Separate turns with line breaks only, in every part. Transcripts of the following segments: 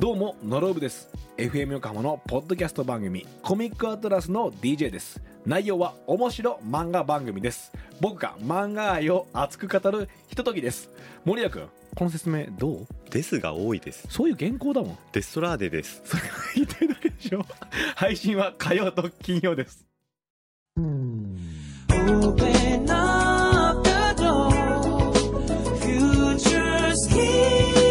どうもノロブです FM 横浜のポッドキャスト番組コミックアトラスの DJ です内容は面白漫画番組です僕が漫画愛を熱く語るひとときです森谷君この説明どう
ですが多いです。
そういう原稿だもん
デストラーデです。
それが言ってるだけでしょ配信は火曜と金曜です
Open up the door, future's key.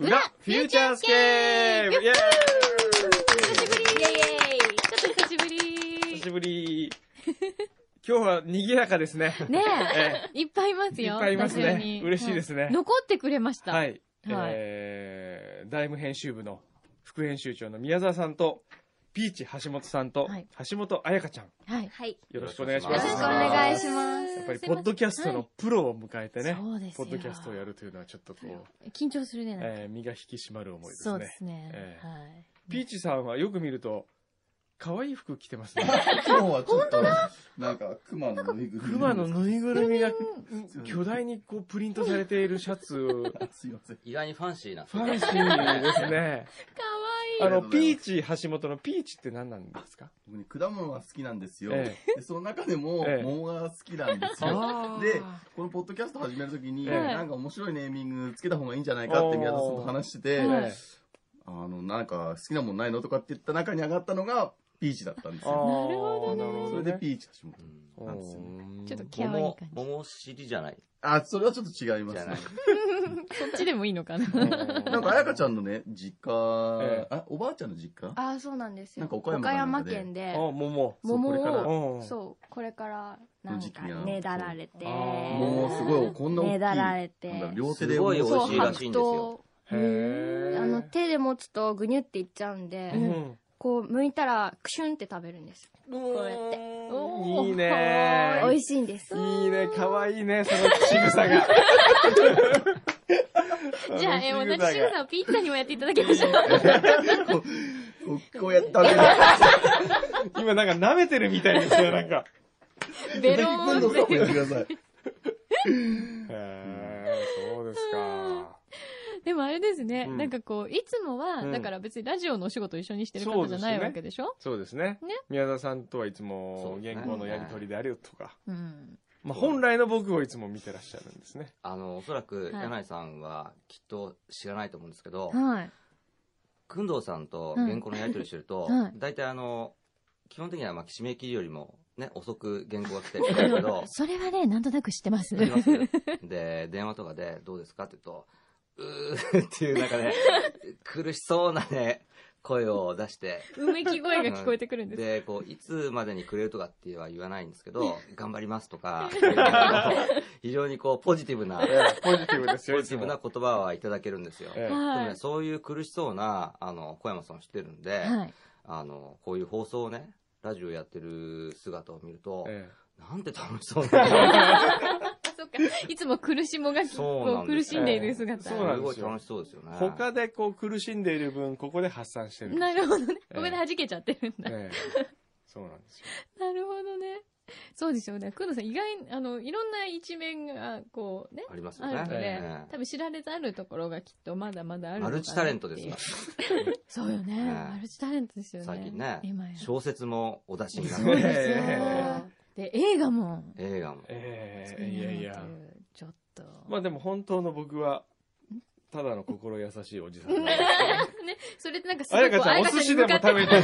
裏フューチャースケープイエー
久しぶりイエイちょっと久しぶ
イ
り
久しぶり 今日は賑やかですね。
ね
え
え、いっぱいいますよ。
いっぱいいますね
スタジオに
嬉しいですね
は残ってくれました。。
はいい。
はい
えー、ダイム編集部の副編集長の宮沢さんと、ピーチ橋本さんと、
はい
橋本彩香ちゃん、
はい。
はい。よ
よろしくお願いし
ろ
ま
し
す。
くお願い
す
します。
やっぱり、ポッドキャストのプロを迎えてね、
そうです
ポ
よ
ッドキャストをやるというのはちょっとこう、
緊張するね。なんか
えー、身が引き締まる思いですね。
そうですね。
ええ
はい。
ピーチさんはよく見ると、可愛い服着てますね。
今日はちょっと、なんか、熊のぬいぐるみ。
熊のぬいぐるみが巨大にこうプリントされているシャツ、
すいません。
意外にファンシーな。
ファンシ ーですね。
か
あ
ありが
の、
とうご
ピ
ざい
ー
ま
チ、橋本のピーチって何なんですか
僕ね、果物が好きなんですよ。
え
でその中でも、
ええ
桃が好きなんですよ。
あ
で、このポッドキャスト始めるときに、
ええ
なんか面白いネーミングつけた方がいいんじゃないかって宮田さんと話してて、
はい
あの、なんか、好きなもんないのとかって言った中に上がったのが、ピーチだったんですよ。
ほ
それでピーチ橋本。
ー
なんですよね
ちょっと気合いい
桃
感、じ。
桃尻じゃない。
あ、それはちょっと違いま
じゃ
す
な
ね
い。。
そっちでもいいのかな。
なんか、彩香ちゃんのね、実家、
ええ
あ、おばあちゃんの実家
ああ、そうなんですよ。
なんか岡山かなんかで
県
あ
で
ー、桃。
桃を、
を
そう、これから、なん
時期
か
には、
ねだられて、
あー
もうすごい、こんな大きい。
ねだられて
なんだ両手で。
すごい美味
そ
し
う、
いら
白
しいんですよ
桃。
へー
あの、手で持つとぐにゅっていっちゃうんで、
うん
こう、剥いたら、クシュンって食べるんですよ。こうやって。
お
い
ー
いね
美味しいんです。
いいね、可愛いね、その仕草 が。
じゃあ、えー、同じ仕
が
草をピーチさんにもやっていただきま しょう。
こうこうやって食べる。
今なんか舐めてるみたいですよ、なんか。
ベローン
今度こうやってください。
へーそうですか。
でもあれですね、
うん
なんかこう、いつもは、
うん
だから別にラジオのお仕事を一緒にしてる
そう
方
です
じ
ね
ゃないわけでしょ
そうですね。
ね
宮田さんとはいつ
そ
も
うですね
原稿のやりとりであるとか、
うん。
まあ、本来の僕をいつも見てらっしゃるんですね。
あの、おそらく、
はい
柳井さんはきっと知らないと思うんですけど、
はい。
工藤さんと原稿のやり取りしてると
うんはい、
大体あの、基本的にはまあ締め切りよりもね、遅く原稿 が来たりするんだけど、
それはね、なんとなく知ってます。
ありますで、電話とかで、どうですかって言うと、うー っていう、なんかね、苦しそうなね、声を出して、
うめき声が聞こえてくるんです。
で、こう、いつまでにくれるとかっては言わないんですけ ど、頑張りますとか、非常にこう、ポジティブな、
ええポジティブですよ、
ポ
い
ジテ
つ
ィブな
も。
言葉はいただけるんですよ。
え
で
え
も
は
ね、そういう苦しそうな、あの、小山さんを知ってるんで、
い。はい。
あの、こういう放送をね、ラジオやってる姿を見ると、
え
なんて楽しそうなんだろう
そっか。いつも苦しもが、
そう
こ
なん
う
で
苦
す
し
よ
んでいる 姿。
そうなん
す
で
ご
す
い
よ
楽しそうですよね。
他でこう苦しんでいる分、ここで発散してる。
なるほどね。
え
ここで弾けちゃってるんだ。
ええそうなんですよ。
なるほどね。そうですよね。工藤さん、意外に、あの、いろんな一面が、こうね、
ありますよ
あ
ね。
るので
え、え
多分知られざるところがきっとまだまだあるのか
マ
な
ルチタレントです
ってい
よ
う。そうよね。
ええ
マルチタレントですよね。
最近ね
今や。
小説もお出しになっ
そうで
て、
すよ
え。
で、映画も
映画も。
え
作
え
り
い
な
や
がら
いや
とい。う、ちょっと。
まあでも本当の僕は、ただの心優しいおじさん。
ね、それって なんかすご
あや
いこう、
かちゃん、お
彩香
寿
ち
司で
ゃん
も
に向か
食べてる。
っ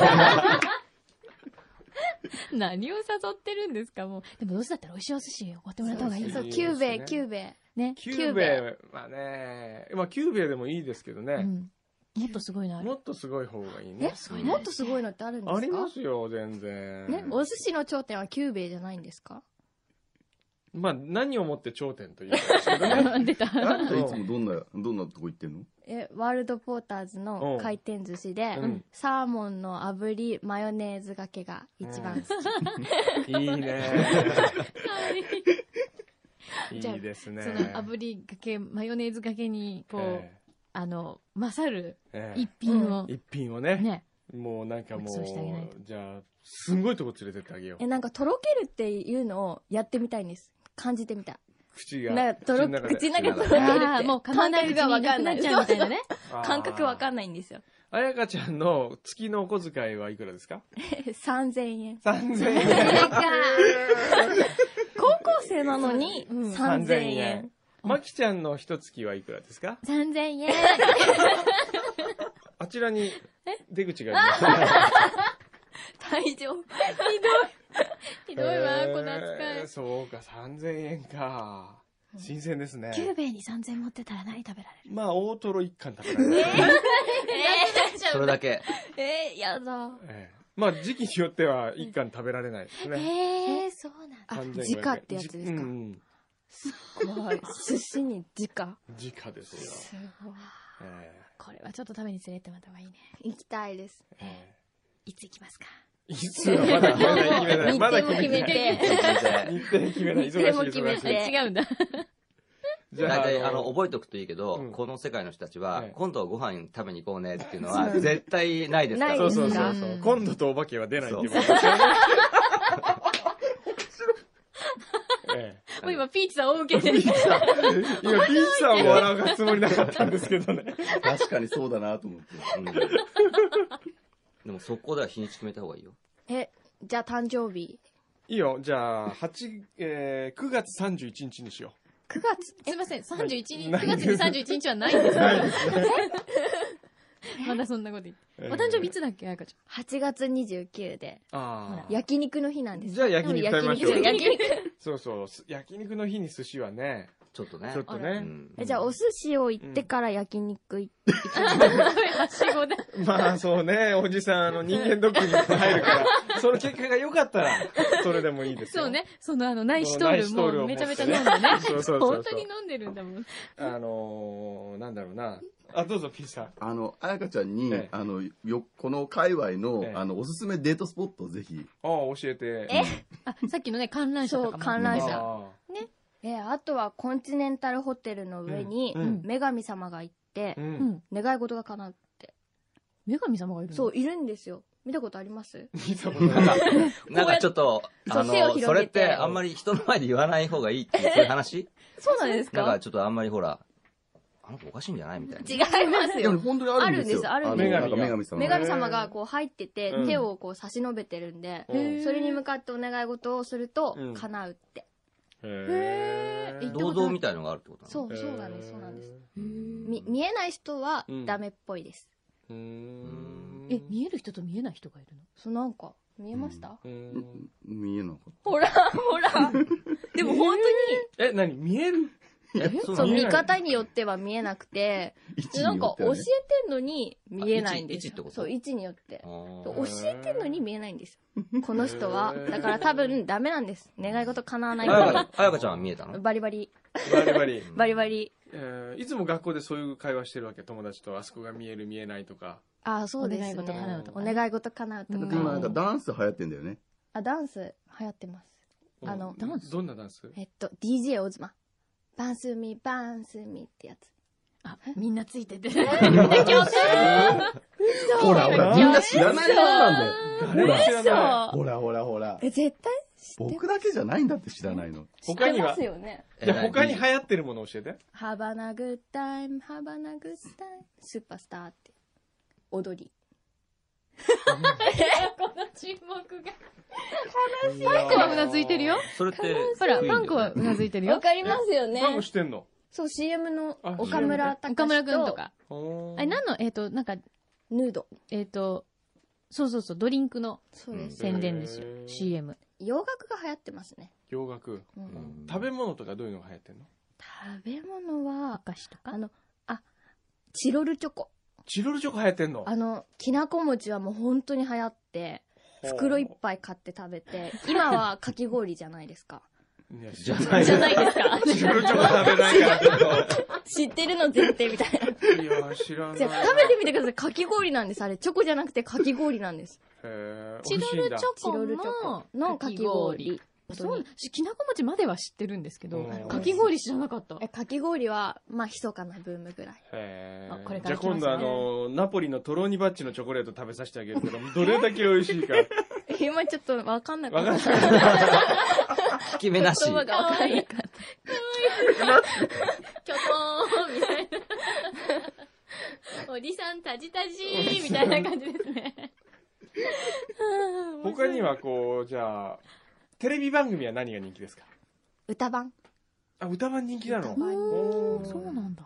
て 何を誘ってるんですかもう。でもどうせだったら美味しいお寿司おごってもらった方がいい
そう
よ
そ
で
う、
すね
キューベイ、キューベ
ね。
キューベはね、まあキューベでもいいですけど
う
ね、
ん。もっとすごいのある。
もっとすごい方がいい
イ。
ね
え。、もっとすごいのってあるんですか
ありますよ、全然。
ね、お寿司の頂点はキューベイじゃないんですか
まあ何をもって頂点というかですけどね。
出た。
あなたいつもどんな、どんなとこ行ってんの
え、ワールドポーターズの回転寿司で、
うん
サーモンの炙りマヨネーズがけが一番好き。
いいね。い
じゃあ
いですね。
その炙りがけ、マヨネーズがけに、こう、
え
あの、勝る
えええ
一品を、
一品をね
ね。
もうなんかも
ごちそうしてあげないと
う、じゃあ、すんごいとこ連れてってあげよう
え、。なんかとろけるっていうのをやってみたいんです。感じてみたい。
口が。
なんか、とろ、口の中とろけるっ
ああ、
て。
もう噛まないうちになくなっちゃうみたいなね。
感覚わか
んない。
んないんですよ。
あやかちゃんの月のお小遣いはいくらですか
3000円。
?3000 円。
高校生なのに
うん
3000円。。
まきちゃんの一月はいくらですか
3000円。
あちらに出口がありますね。
大丈夫。
ひどいわ、この
え
扱
ー
い。
そうか、3000円か。新鮮ですね。
キューベイに3000円持ってたら何食べられる
まあ、大トロ一貫だからね。
それ だけ。
えー、やだ。
ええまあ、時期によっては一貫食べられないですね。
ええ、そうなんだ。
あ
あ、直ってやつですか。
うんうん。
怖い。寿司に直。
直ですよ。
すごい。
え
これはちょっと食べに連れてってもらった方がいいね。
行きたいです。
ええ
いつ行きますか
えいつはまだ決めない、決め ない。
日
まだ
程も決
決め
め
ない。
て。
日程決めない。
日程も
忙しい、
決
忙
め
してい。
え
違うんだ。
じゃあ、
大体、あ
あ
の、
の、
覚えておくといいけ
うん
ど、この世界の人たちは
ええ、
今度はご飯食べに行こうねっていうのは、絶対ないですから。
な
そ
いうです
そう
か
そうそう。今度とお化けは出ないっていうことですよね。ええ
もう今、ピーチさん大受けてる。
今、ビーチさんも笑うつもりなかったんですけどね。
確かにそうだなと思って。
うんでも、速攻では日にち決めた方がいいよ。
え、じゃあ誕生日。
いいよ、じゃあ、8、えー、9月31日にしよ
9月。
すいません、31日、9
ない
月に31日はないんですよ。 まだそんなこと言って。
う。
お誕生日いつだっけ、あやかち
8月29で、
ああ。
焼肉の日なんです。
じゃあ焼肉食べましょうよ。
焼肉。
そうそう。す焼肉の日に寿司はね、
ちょっとね
ちょっ。と
う
ね。
ん
えじゃあお寿司を行ってから焼肉行って。
ゃん。はしごで。
まあそうね、おじさん、あの人間ドックに入るから、 その結果が良かったら、それでもいいですよ。
そう。ね、そのあの、ナイシト
ナイ
ー
シ
ル、
トー
も
ルを
うめちゃめちゃ飲
持っ
ん
て
でね。
そうそうそう
本
そ
当
う
に。飲んでるんだもん。
あのー、なんだろうな。あ、どうぞ、ピーさん。
あの、彩香ちゃんに、
ええ
あの、よ、この界隈の、
ええ
あの、おすすめデートスポットをぜひ。
ああ、教えて。
あ、さっきのね、観覧車とかも。
そう観覧車
あ
え、あとはコンチネンタルホテルの
あ
上に
う、ん。
女神様が行って
う、。
うんん。
願い事が叶う。
女神様がいるの
そう、いるんですよ。見たことあります
見たこ とない。
なんかちょっと、
そう
あ
手を広
の、
げて
それってあんまり人の前で言わない方がいいっていう、そういう話
そうなん です
なんかちょっとあんまりほら、あの子おかしいんじゃないみたいな。
違います
でも
よ。
本当にあるんです
あるん
よ。
ですあ
あ
る
の
んです
なんか女神様
女
が。
神様がこう入ってて
うん、
手をこう差し伸べてるんで、
うん
それに向かってお願い事をすると
うん、
叶うって。
へ
へー
銅像みたいのがあるってことなの
そう、そうなんです、そうなんです。
へー
み、見えない人はダメっぽいです。
うーん
え、見える人と見えない人がいるの
そう、なんか、見えました
うー
うんん見えなかっ
ほら、ほら。でも本
え、何見える
当
え
に、
う
そう、
なの
見
見
えない
方によっては見えなくて、
た。位置
なん
によ
か
って
教
は
え
ね
てんのに見えないんです
あ位置位置ってこと
そう、位置によって。
あ
教
ー
えてんのに見えないんですよ。この人は、だから多分ダメなんです。願い事叶わない
あや
か
かあやかちゃんは見えた
ら。
の
バリバリ、
バリバリ。
バリバリ。
えーいつも学校でそういう会話してるわけ友達とあそこが見える見えないとか
ああ、そうですね。
お願い事叶うとか
お
ね
願い事叶うとか。
今なんかダンス流行ってんだよね。
あ、ダンス流行ってます。あの
うん
ダン
どんなダンス
えっと、DJ オズマ。バンスミ、バンスミってやつ。
あ、みんなついてて。
ほらほら、みんな知らないものなんだよ。
誰も知らない
ほらほらほら。
え、絶対
僕だけじゃないんだって知らないの。
他には
よね。
え
じゃあ他に流
何
行ってるもの教えて
ハバナグッタイム、ハバナグッタイム、スーパースターって。踊り。
この沈黙が。パンクはうなずいてるよ。
それって、
ほら、
低いんだ
パ
よね
ンクはうなずいてる
わ
よ。
かりますよね
何。もしてんの
そう、CM の
あ
岡村隆史と
岡村くんと。か。
おー
あれ、何の、えっと、なんか、
ヌード。
えっと、そうそうそう、ドリンクの
そうです。
宣伝ですよ
へ。ー
CM。
洋楽が流行ってますね。
洋楽
うん
うん
食べ物とかどういうのが流行ってんの
食べ物は、
お菓子とか
あ。の、あ、チロルチョコ。
チロルチョコ流行ってんの
あの、きなこ餅はもう本当に流行って、袋いっぱい買って食べて、今はかき氷じゃない ですか。
いや知
じ
ら
ゃ
な
な
い
い
じゃないです か。
チロルチョコ食べないからちょっ
知ってるの前提みたいな。
といや知らな い
じゃあ食べてみてください。かき氷なんです。あれ、チョコじゃなくてかき氷なん です。
へー
チロルチョコの
のかき氷。。
そうな、きなこ餅までは知ってるんですけど
う、ん
かき氷知らなかった。
えかき氷は、まあ、密かなブームぐらい。
へー
あこれか
じゃ
ら
あ
来ます
今
ね
度あのナポリのトローニバッチのチョコレート食べさせてあげるけど どれだけ美味しいか
今ちょっとわかんなか
わかん
っ
な
た。
い
効き目なし。
言葉がわかんなかった。
キョコーンみたいな。おじさんタジタジーみたいな感じですね。
他にはこう、じゃあ、テレビ番組は何が人気ですか
歌版
あ、歌番人気なの
歌番
おー
そうなんだ。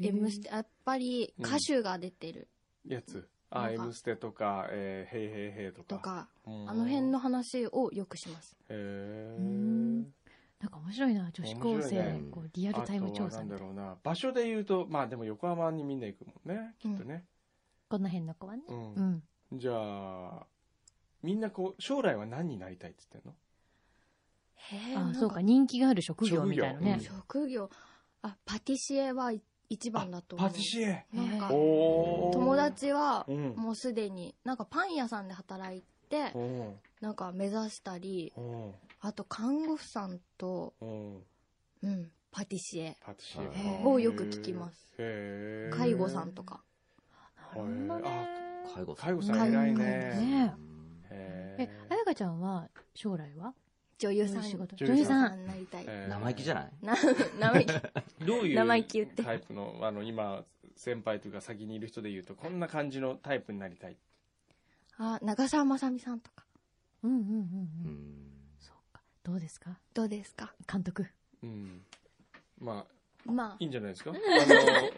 M ステやっぱり歌手が出てる
やつ。あ、
なんか
M ステとか、えー、ヘイヘイヘイとか。
とか、
うん
あの辺。の話をよくします。
へ
うん
ー。
なんか面白いな、女子高生、
面
白いね
こうリアルタイム調査
あとはなん
みた
だ
いな。
ろうな。場所で言うと、まあでも横浜にみんな行くもんね。きっとね。
この辺の子はね。
うん。
うん。
じゃあ、みんなこう、将来は何になりたいって言ってんの
へ
あ、そうか、人気がある職業
職業
みたいなね。
職業、あ、パティシエはい一番だと思う。
パティシエ。
なんか、
おー
友。達は
うん。
もうすでに、なんかパン屋さんで働いて、
うん。
なんか目指したり、
うん。
あと看護婦さんと、
うん。
うん、パティシエ
パティシエ
へ
か。
をよく聞きます。
へー
介護さんとか。
へー
なるほどね
介護
介護さん
介護
偉い
さ
ね。
ね
へ
え、あ
ー
やかちゃんは将来は
女優さん。
仕事。
女
女
優
優
さ
さ
に
ん。
なりたい。
えー
生意気じゃない
な、生意気。
どういう
生意気言って
タイプの、あの、今、先輩というか先にいる人で言うと、こんな感じのタイプになりたい。
あ、長澤まさみさんとか。
うんうんうん
う
うん。
ん
そうか。どうですか
どうですか
監督。
うん。まあ、
ま
いいんじゃないで すかあの、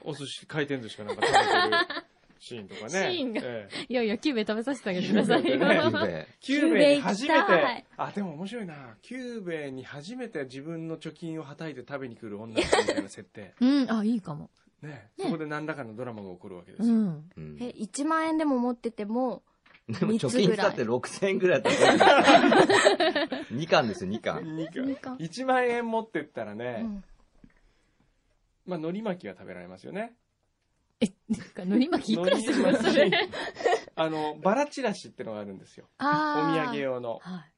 お寿司、回転寿司かなんか食べてるシーンと かね。
シーンが
え え
いやいや、キューベ食べさせてあげてくださいよ。
キュキューベに初め
キューベ行きた
て
い、
あ、でも面白いな。キューベに初めて自分の貯金をはたいて食べに来る女の子みたいな設定。
うん、あ、いいかも。
ね。そこで何らかのドラマが起こるわけです
う
よ。
ん。
う
あ、
ん
え、1万円でも持ってても、
でも貯
三つ
金
ぐ
し
らい
たって6000円ぐらいだったら 2巻ですよ、2巻。
二巻
二巻
1万円持ってったら
う
ね、
ん。
まあ、海苔巻きが食べられますよね。
え、なんか、海苔巻きいくらするの
海苔
そ
巻き
れ。
あの、バラチラシってのがあるんですよ。お土
あー
産用の。
はい。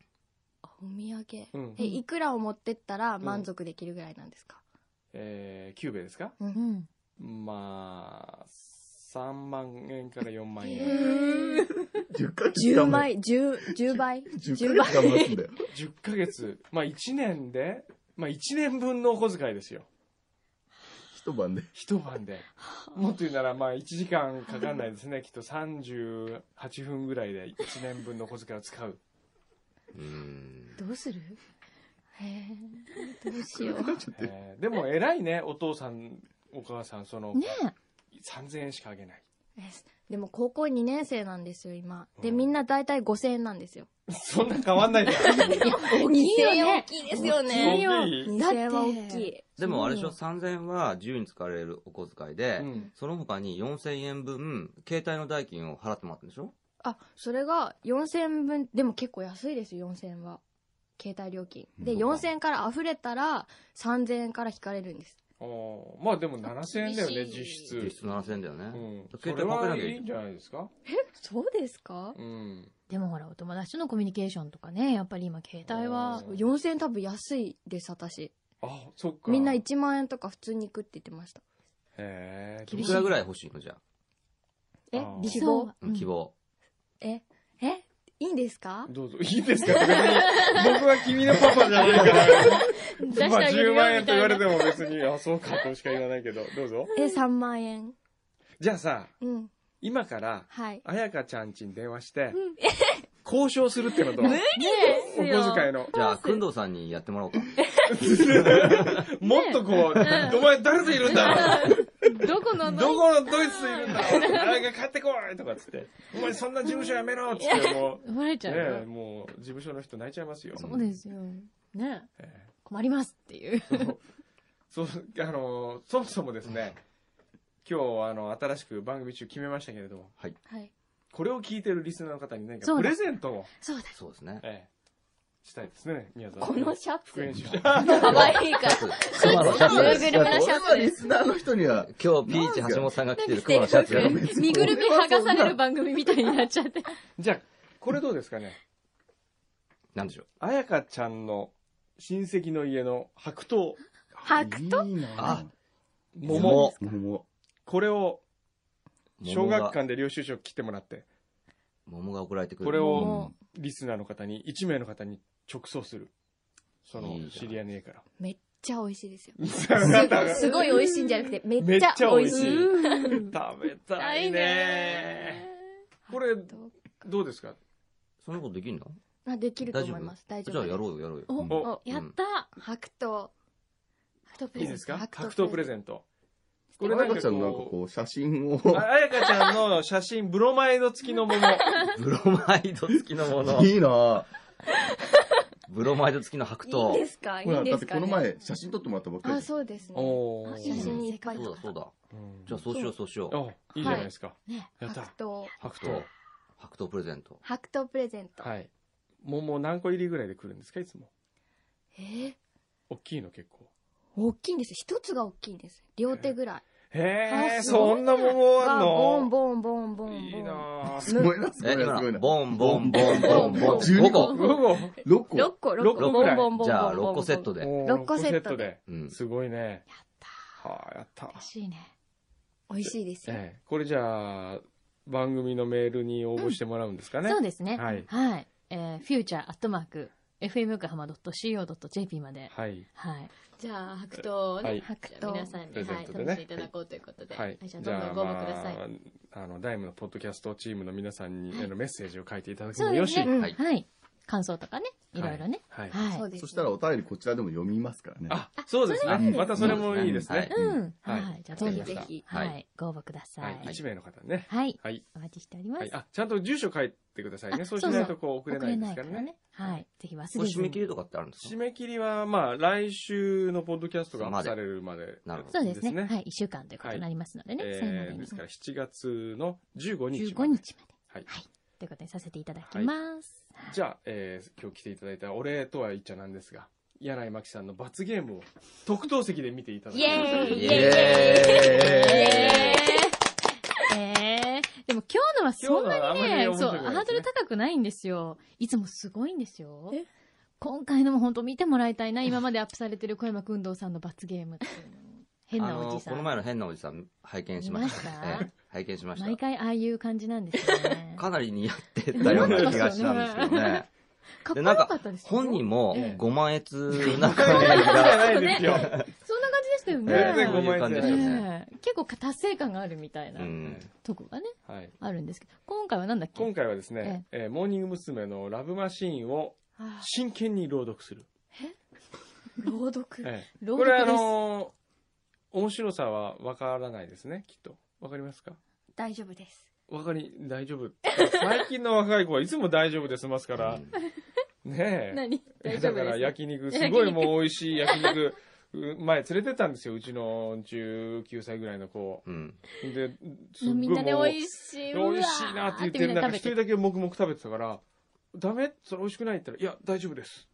お土産。
うん
え、いくらを持ってったら満足できるぐらいなんですか、
えー、キューベですか
うん。
まあ、3万円から4万円。
10ヶ月
10
頑張
倍、
る。
10、10倍、
10
10
ヶ月頑張
倍。
るんだよ。
10ヶ月。まあ、1年で、まあ、1年分のお小遣いですよ。
一晩で。
一晩で。もっと言うなら、まあ、1時間かかんないですね。きっと38分ぐらいで1年分のお小遣いを使う。
うん
どうする
へえ、どうしよう。
えーでも、偉いね。お父さん、お母さん、その、
ねえ。
3000円しかあげない。
えでも高校2年生なんですよ、今。で、
うん
みんな大体5000円なんですよ。
そんな変わんないじゃん。
大きいよね。大きいですよ
大きい
ね。
よ
2000円は大きい。
でもあれでしょ、3000円は自由に使われるお小遣いで、
うん
その他に4000円分、携帯の代金を払ってもらったんでしょ
あ、それが4000円分、でも結構安いですよ、4000円は。携帯料金。で、
うん
4000円から溢れたら、3000円から引かれるんです。
おーまあでも7000円だよね、実質。
実質7000円だよね。
うん。そ
携
れ
帯かけな
は
きゃい
い
い
いんじゃないですか
そうですか
うん。
でもほら、お友達とのコミュニケーションとかね、やっぱり今、携帯は。
うん
?4000 円多分安いです、私。
あ、そっか。
みんな1万円とか普通に行くって言ってました。
へ
い
ー
くらぐらい欲しいのじゃあ、
え
あー、
希望
は
うん希。望。
え、え、いいんですか
どうぞ。いいですか別 に僕は君のパパじゃないから。
出し
まあ
てあげるよみ
10
た
万円と言われ
い
て
な
も別に、あ、そうかとしか言わないけど。どうぞ。
え、3万円。
じゃあさ、
うん。
今から、
はい。
あやかちゃんちに電話して、交渉するってのと、無理 お小遣いの。
じゃあ、くんどうさんにやってもらおうか。
もっとこう、お前誰といるんだ
どこの、
どこのドイツといるんだあれが買ってこいとかっつって、お前そんな事務所やめろっつって、もう、
生まれち
ね
ゃう
え、
よ。
もう事務所の人泣いちゃいますよ。
そうですよ。ねえ
え
困りますっていう。
えそう、あの、そもそもですね、今日、あの、新しく番組中決めましたけれども、
はい。
これを聞いてるリスナーの方に何
そ
か
う
プ
だ
レゼントを、
そうだ。
そうですね。
ええ、したいですね、宮沢さ
こ
んに
のシャ
復
ツ
演。習者。
かわいいから。
熊のシャ ツ
ぬ
です。
いぐるみのシャツ
俺は
で
リ
す。
スナーの人には、
今日、ピーチ橋本さんが着てる熊のシャツ。
身 ぐるみ剥がされる番組みたいになっ ちゃって。
じゃあ、これどうですかね。
なんでしょう。
あやかちゃんの親戚の家の白桃、
白
桃
あ
桃。
桃。
これを、小学
が
館で領収書切ってもらって、
桃が送られてくる。
これを
も
リスナーの方に、1名の方に直送する。その
いいじゃん
知り合いの家から。
めっちゃ美味しいですよ。
食
すごい美味しいんじゃなくて、めっちゃ美味しい。
べたいね。これ、どうですか
そんなことできんの
あ、できると思います。大丈
じ
夫
ゃ
で
あ
す。
やろうよ、やろうよ。
お
うん
お
うん
やった
白桃。白桃プ
い
レ
い
ゼント。
ですか格闘プレゼント。これ
あ
な
や
ん
か
か
ちゃんなんか
こ
こう、写真を、
う、ああやかちゃんの写真、ブロマイド付きのもの。
ブロマイド付きのも
。
の
いいな
ブロマイド付きの白桃。
いいですかい
ほ
い
ら、
んで
だっ
す
て
か
こ
ね
の前、写真撮ってもらったばっかり
あ、
です。
そうですね。
おー
あ写真いっぱい
そ
撮っ
うだ、そうだ。
うん
じゃあそうしよう、そうしよう。
おいいじゃないですか。
ね、
やった
白桃。
白
白
桃
桃。。白桃プレゼント。
白桃プレゼント。
はい。桃何個入りぐらいで来るんですかいつも。
えー、
大きいの結構。
大きいんですよ。一つが大きいんです。両手ぐらい。
へえ、
あすご
そ
い
ん
ね
な桃あん
あボン
の
ボンボンボンボン。
いいなぁ。
すごいな、すご
え、
いな、
今
すごい
の、
な。
ボンボンボンボンボン。
12
5
個
個。
午後
6個。
6個、6個、
六個ぐ
ボ
らい
ンボンボンボンボン。
じゃあ6個セットで。
6
六個セットで
で。
うん。
すごいね。
やった
はあ、やった
ー。。嬉しいね。美味しいですよ。
ええ、これじゃあ、番組のメールに応募してもらうんですかね。
そうですね。
はい
はい。えー、future.fmyokohama.co.jp まで。
はい。
はい。
じゃあ、白桃をね、
はい
白
桃
桃皆さんに、
プレゼ
は
ン
い、
ト
食
でね
べていただこうということで。
はい。
じゃあ、どんどんご応募ください。
あ、あの、ダイムのポッドキャストチームの皆さんに、
はい
あのメッセージを書いていただくの
そう
もよ
で
し。
すね。
は
はいい。はい。感想とかね。いろいろね。
はい。
はい。
そうです、
そしたらお便りこちらでも読みますからね。
あ、そうですね。またそれもいいです
は
ね
い。
うん。
は
はいい。じゃあ、どんどん
ぜひぜ
ひ
は。
はい
ご応募くださ。
はいい。1名の方ね。
はい。
はい。
お待ちしておりま
は
す
い。。あ、ちゃんと住所書いてくださいね。
あ
そうしないとこう送れないですから
送れ
ね。
はい。ぜひ忘れず
これ
に。
締め切りとかってあるんですか
締め切りは、まあ、来週のポッドキャストがアップされるまで。
なるほど
そうですね。はい。一週間ということになりますのでね。それま
え
で
ー
に
ですから7月の15日ま
15
で。
日まで。
はい。
ということにさせていただきます。
じゃあ、えー今日来ていただいたお礼とは言っちゃなんですが、柳井真紀さんの罰ゲームを特等席で見ていただき
イエ
ま
ーイ
す。
イエーイ
えーえーでも今日のはそんな
今日のはあんま
に
り
ね、
面
そう、
白くないですね
ハードル高くないんですよ。いつもすごいんですよ
え。
今回のも本当見てもらいたいな。今までアップされてる小山くんどうさんの罰ゲームっていうの。変
あ
なお
の、
じさ
この
ん。
前の変なおじさん、拝見しました
見ました。
ええ拝見しまし
毎
た。
回ああいう感じなんですよ ね。か
かなり似合ってたような気がしたんですけどね。
っこ
で、
よ
なん
か
か
ったですよ。
本人も
ええ
ご満悦な
そんな
感
こ
じ
とじゃ
が、
ないですよ。
そんな感じでしたよ
全然
そ
ご
う
ね。
めん
いう感じでしたね。
ええ結構達成感があるみたいうな、
ん。
とこがね、
はい。
あるんですけど。今回はなんだっけ
今回はですね、えーモーニング娘。のラブマシーンを
あ
真剣に朗読する。
朗読。
ええ
朗
これあ
読です。
のー面白さはわからないですね、きっと。わかりますか
大丈夫です。
わかり、大丈夫って。最近の若い子はいつも大丈夫で済ますから。ねえ。
何
え
大丈夫
だから
です。
焼肉、すごいもう美味 しい焼肉、う前連れてったんですよ、うちの19歳ぐらいの子。
うん。
で、すっごい
みんなで
もう
美味しい。
美味しいなって言ってる中、一人だけ黙々食べてたから、ダメそれ美味しくないって言ったら、いや、大丈夫です。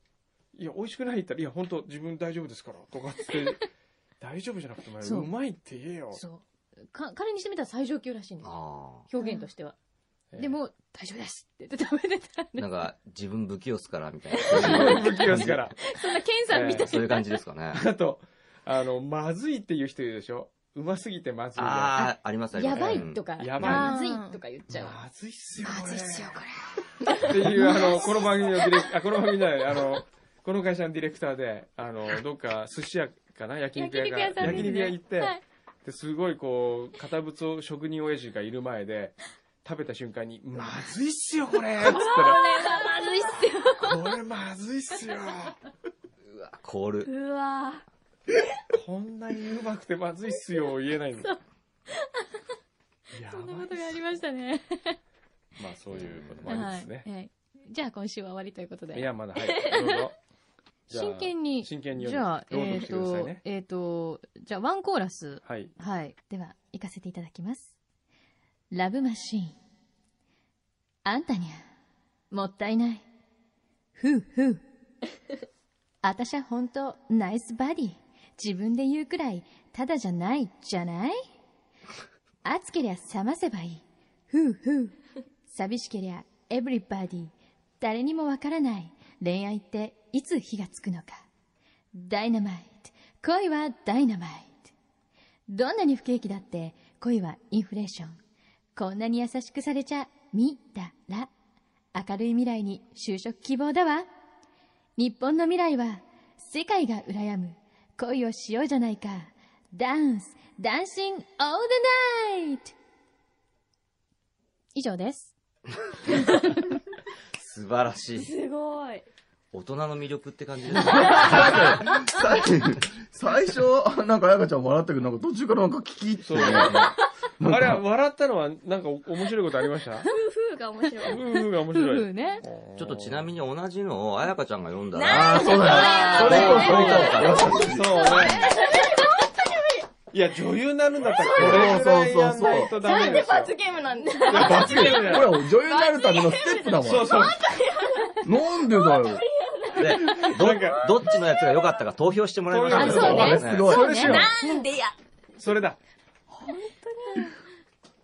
いや、美味しくないって言ったら、いや、本当自分大丈夫ですから、とかっつって、大丈夫じゃなくて、お前、
そう
うまいって言えよ。
そう。か、彼にしてみたら最上級らしいんですよ。
あ
表現としては。
ええ
で、も、大丈夫ですって言って食べてたん
あ。
で
なんか、自分不器用っすから、みたい
すごい
な。
不器用ですから。
そんな、ケンさんみたい
そういう感じですかね。
あと、あの、まずいって言う人いるでしょうますぎてまずいじゃない
ああ、ありますあ
な。
りま
や
す。
ばいとか、
やばい
まずいとか言っちゃう。
まずいっすよ、これ。
これ。
っていう、あの、この番組のディレクあ、この番組じゃない、あの、この会社のディレクターで、あの、どっか寿司屋かな焼肉
焼肉
屋か
屋さん
焼
です
肉屋
ね。
行って、
はい。
で、すごいこう、堅物を職人親父がいる前で、食べた瞬間に、まずいっ すよ、これつったら、これまずいっすよ。これまずいっすよ。
コール。
うわ
こんなにうまくてまずいっすよ、言えないの。や
そんな
ば
こ
い
とがありましたね。
まあ、そういうこともありま
は
すね。
い。はいじゃあ、今週は終わりということ
い、
で。
や、まだ、はい。どうぞ。じゃあ
真剣に。
真剣に
じ
読
ゃあ、
んで
えっ
朗読してください
と
ね、。
えっと、じゃあ、ワンコーラス。
はい。
はい。では、行かせていただきます。ラブマシーン。あんたにゃ、もったいない。ふうふう。 あたしゃ本当、ナイスバディ。自分で言うくらい、ただじゃない、じゃない暑けりゃ冷ませばいい。ふうふう。寂しけりゃ、エブリバディ。誰にもわからない。恋愛って、いつ火がつくのか。ダイナマイト。恋はダイナマイト。どんなに不景気だって恋はインフレーション。こんなに優しくされちゃ、み、だ、ら。明るい未来に就職希望だわ。日本の未来は世界が羨む恋をしようじゃないか。ダンス、ダンシング、オールナイト以上です。
素晴らしい。
すごい。
大人の魅力って感 じですね。
最最初、あなんか、あやかちゃん笑ったけど、なんか途中からなんか聞き
そうあれは笑ったのはなんかお面白いことあ りました
夫婦が面白
う
い。
んうんが面
夫
白
婦
い。
ね。
ちょっとちなみに同じのを彩香ちゃんが読んだ
あ
ら、
あ、そうだよ。それをそうだよ。
そうね。いや、女優になるんだったら、これぐらいやんないとダメですよ。
ゲームなんで。
いや罰ゲームだ
これ
よ。
は女優になるためのステップだもん。
そうそう。
なんでだよ。
で
なんか
ど、どっちのやつが良かったか投票してもらいましょ
あそうね
あれすごい。
それしよう。
なんでや。
それだ。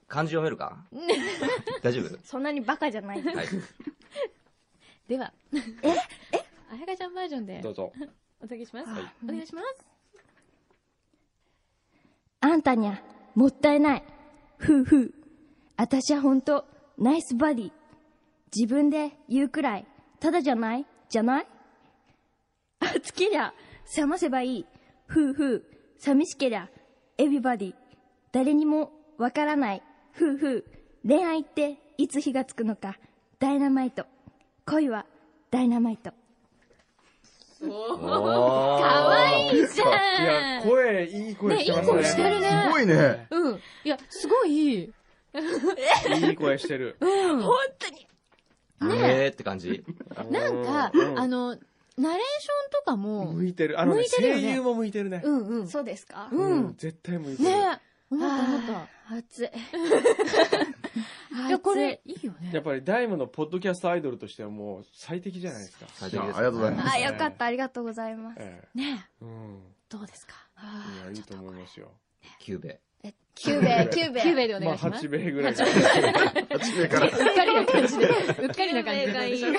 漢字読め るか大丈夫
そんなにバカじゃない。
はい。
では。 えあやかちゃんバージョンで
どうぞ。
お届けします。お願いします。
あんたにゃ、もったいない。ふうふう。あたしはほんと、ナイスバディ。自分で言うくらい、ただじゃないじゃない暑けりゃ、冷ませばいい。ふうふう。寂しけりゃ、エビバディ。誰にもわからない。ふうふう。恋愛って、いつ火がつくのか。ダイナマイト。恋は、ダイナマイト。
おー。
かわいいじ
い
ゃ
や、
ん
声、いい声
ね、
し
いい
て
声
ます
して
ね。
る
す
ね。
ごいね。
うん。いや、すごいいい。
いい声してる。
うん。
えーって感じ。
なんか、
うん
あの、ナレーションとかも、
向いてる。あの
向
ね
い、てるよ
声
ね
優も向いてるね。
うんうん。
そうですか
うん。
絶対向いてる。
ね思った思った。
暑い。
いや、これ、いいよ
や
ね
っ。ぱりダイムのポッドキャストアイドルとしてはもう最適じゃないですか。
最
い
適
やあ
で
りが
す
とうございます。
あ、よかった。ありがとうございます。
え
ね
え。うん。
どうですか
いや、いいと思いますよ。
キューベ。
キューベ、キューベ。
?9 名でお
ま
願
あ、
いします。
8
う
名ぐらい。
初めから。
っかりな感じで。うっかりな感じ
キューベがいい
で。ね、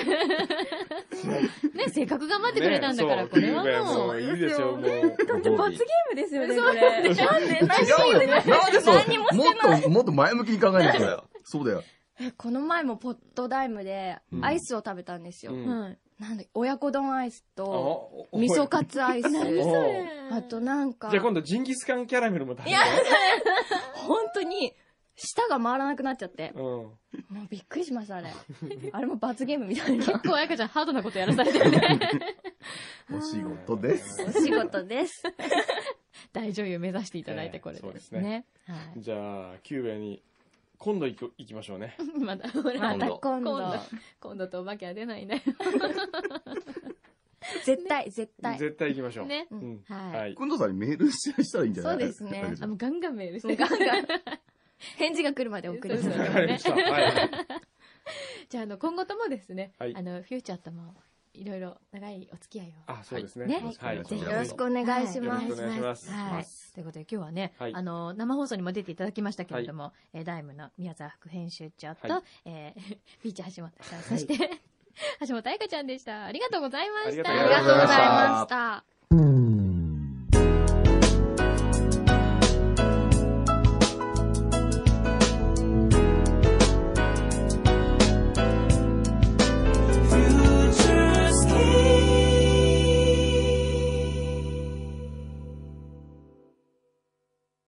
せっかく頑張ってくれたんだから、
ね
これは
そう
も
もう
う。
いいですよ、もう。
ご褒美
ムですよね、これ。なんで何
違うよ。なんでそう
何も
もっと、もっと前向きに考えないとだよ。そうだよ。
えこの前もポットダイムで
ん
アイスを食べたんですよ。
うん
はい。
なんだ親子丼アイス
あ
と、
おおい
味噌カツアイス。
おう
あとなんか
じゃあ、今度ジンギスカンキャラメルも食べて。
本当に、舌が回らなくなっちゃって。
うん。
もうびっくりしました、あれ。あれも罰ゲームみたい
結
な。
構、あやかちゃんハードなことやらされてるね。
お仕事です。
お仕事です。
大女優目指していただいて、これ
ええそう
で
ですすね
ね。はい。
じゃあ、キューベに、今度行く行きましょうね。
まだ、ほら
ま
今
た
度
今
今
度。
度、今度とお化けは出ないね。
絶対、絶対。
絶対行きましょう。
ね
う。ん。
はい
はい。
くんどさんにメールしたらいいんじゃない
そうですね
だけ
あ、
ど
もうガンガンメールして。
ガンガン。返事が来るまで送る。
そうそう
わかりました。はい。
じゃあ、あの、今後ともですね、
はい
あの、フューチャーとも、いろいろ長いお付き合いを。
あ、そうですね。
ね
はい。
ぜひ
よろしくお願いしま
は
す。
いよろしくお願いします
はい。ということで今日はね、
はい
あの、生放送にも出ていただきましたけれども、えーダイムの宮沢副編集長と、
はい
えー、 ピーチ橋本さん、そ して、橋本愛香ちゃんでした。ありがとうございました。
ありがとうございまし
あ
た
りがとうございました。
あ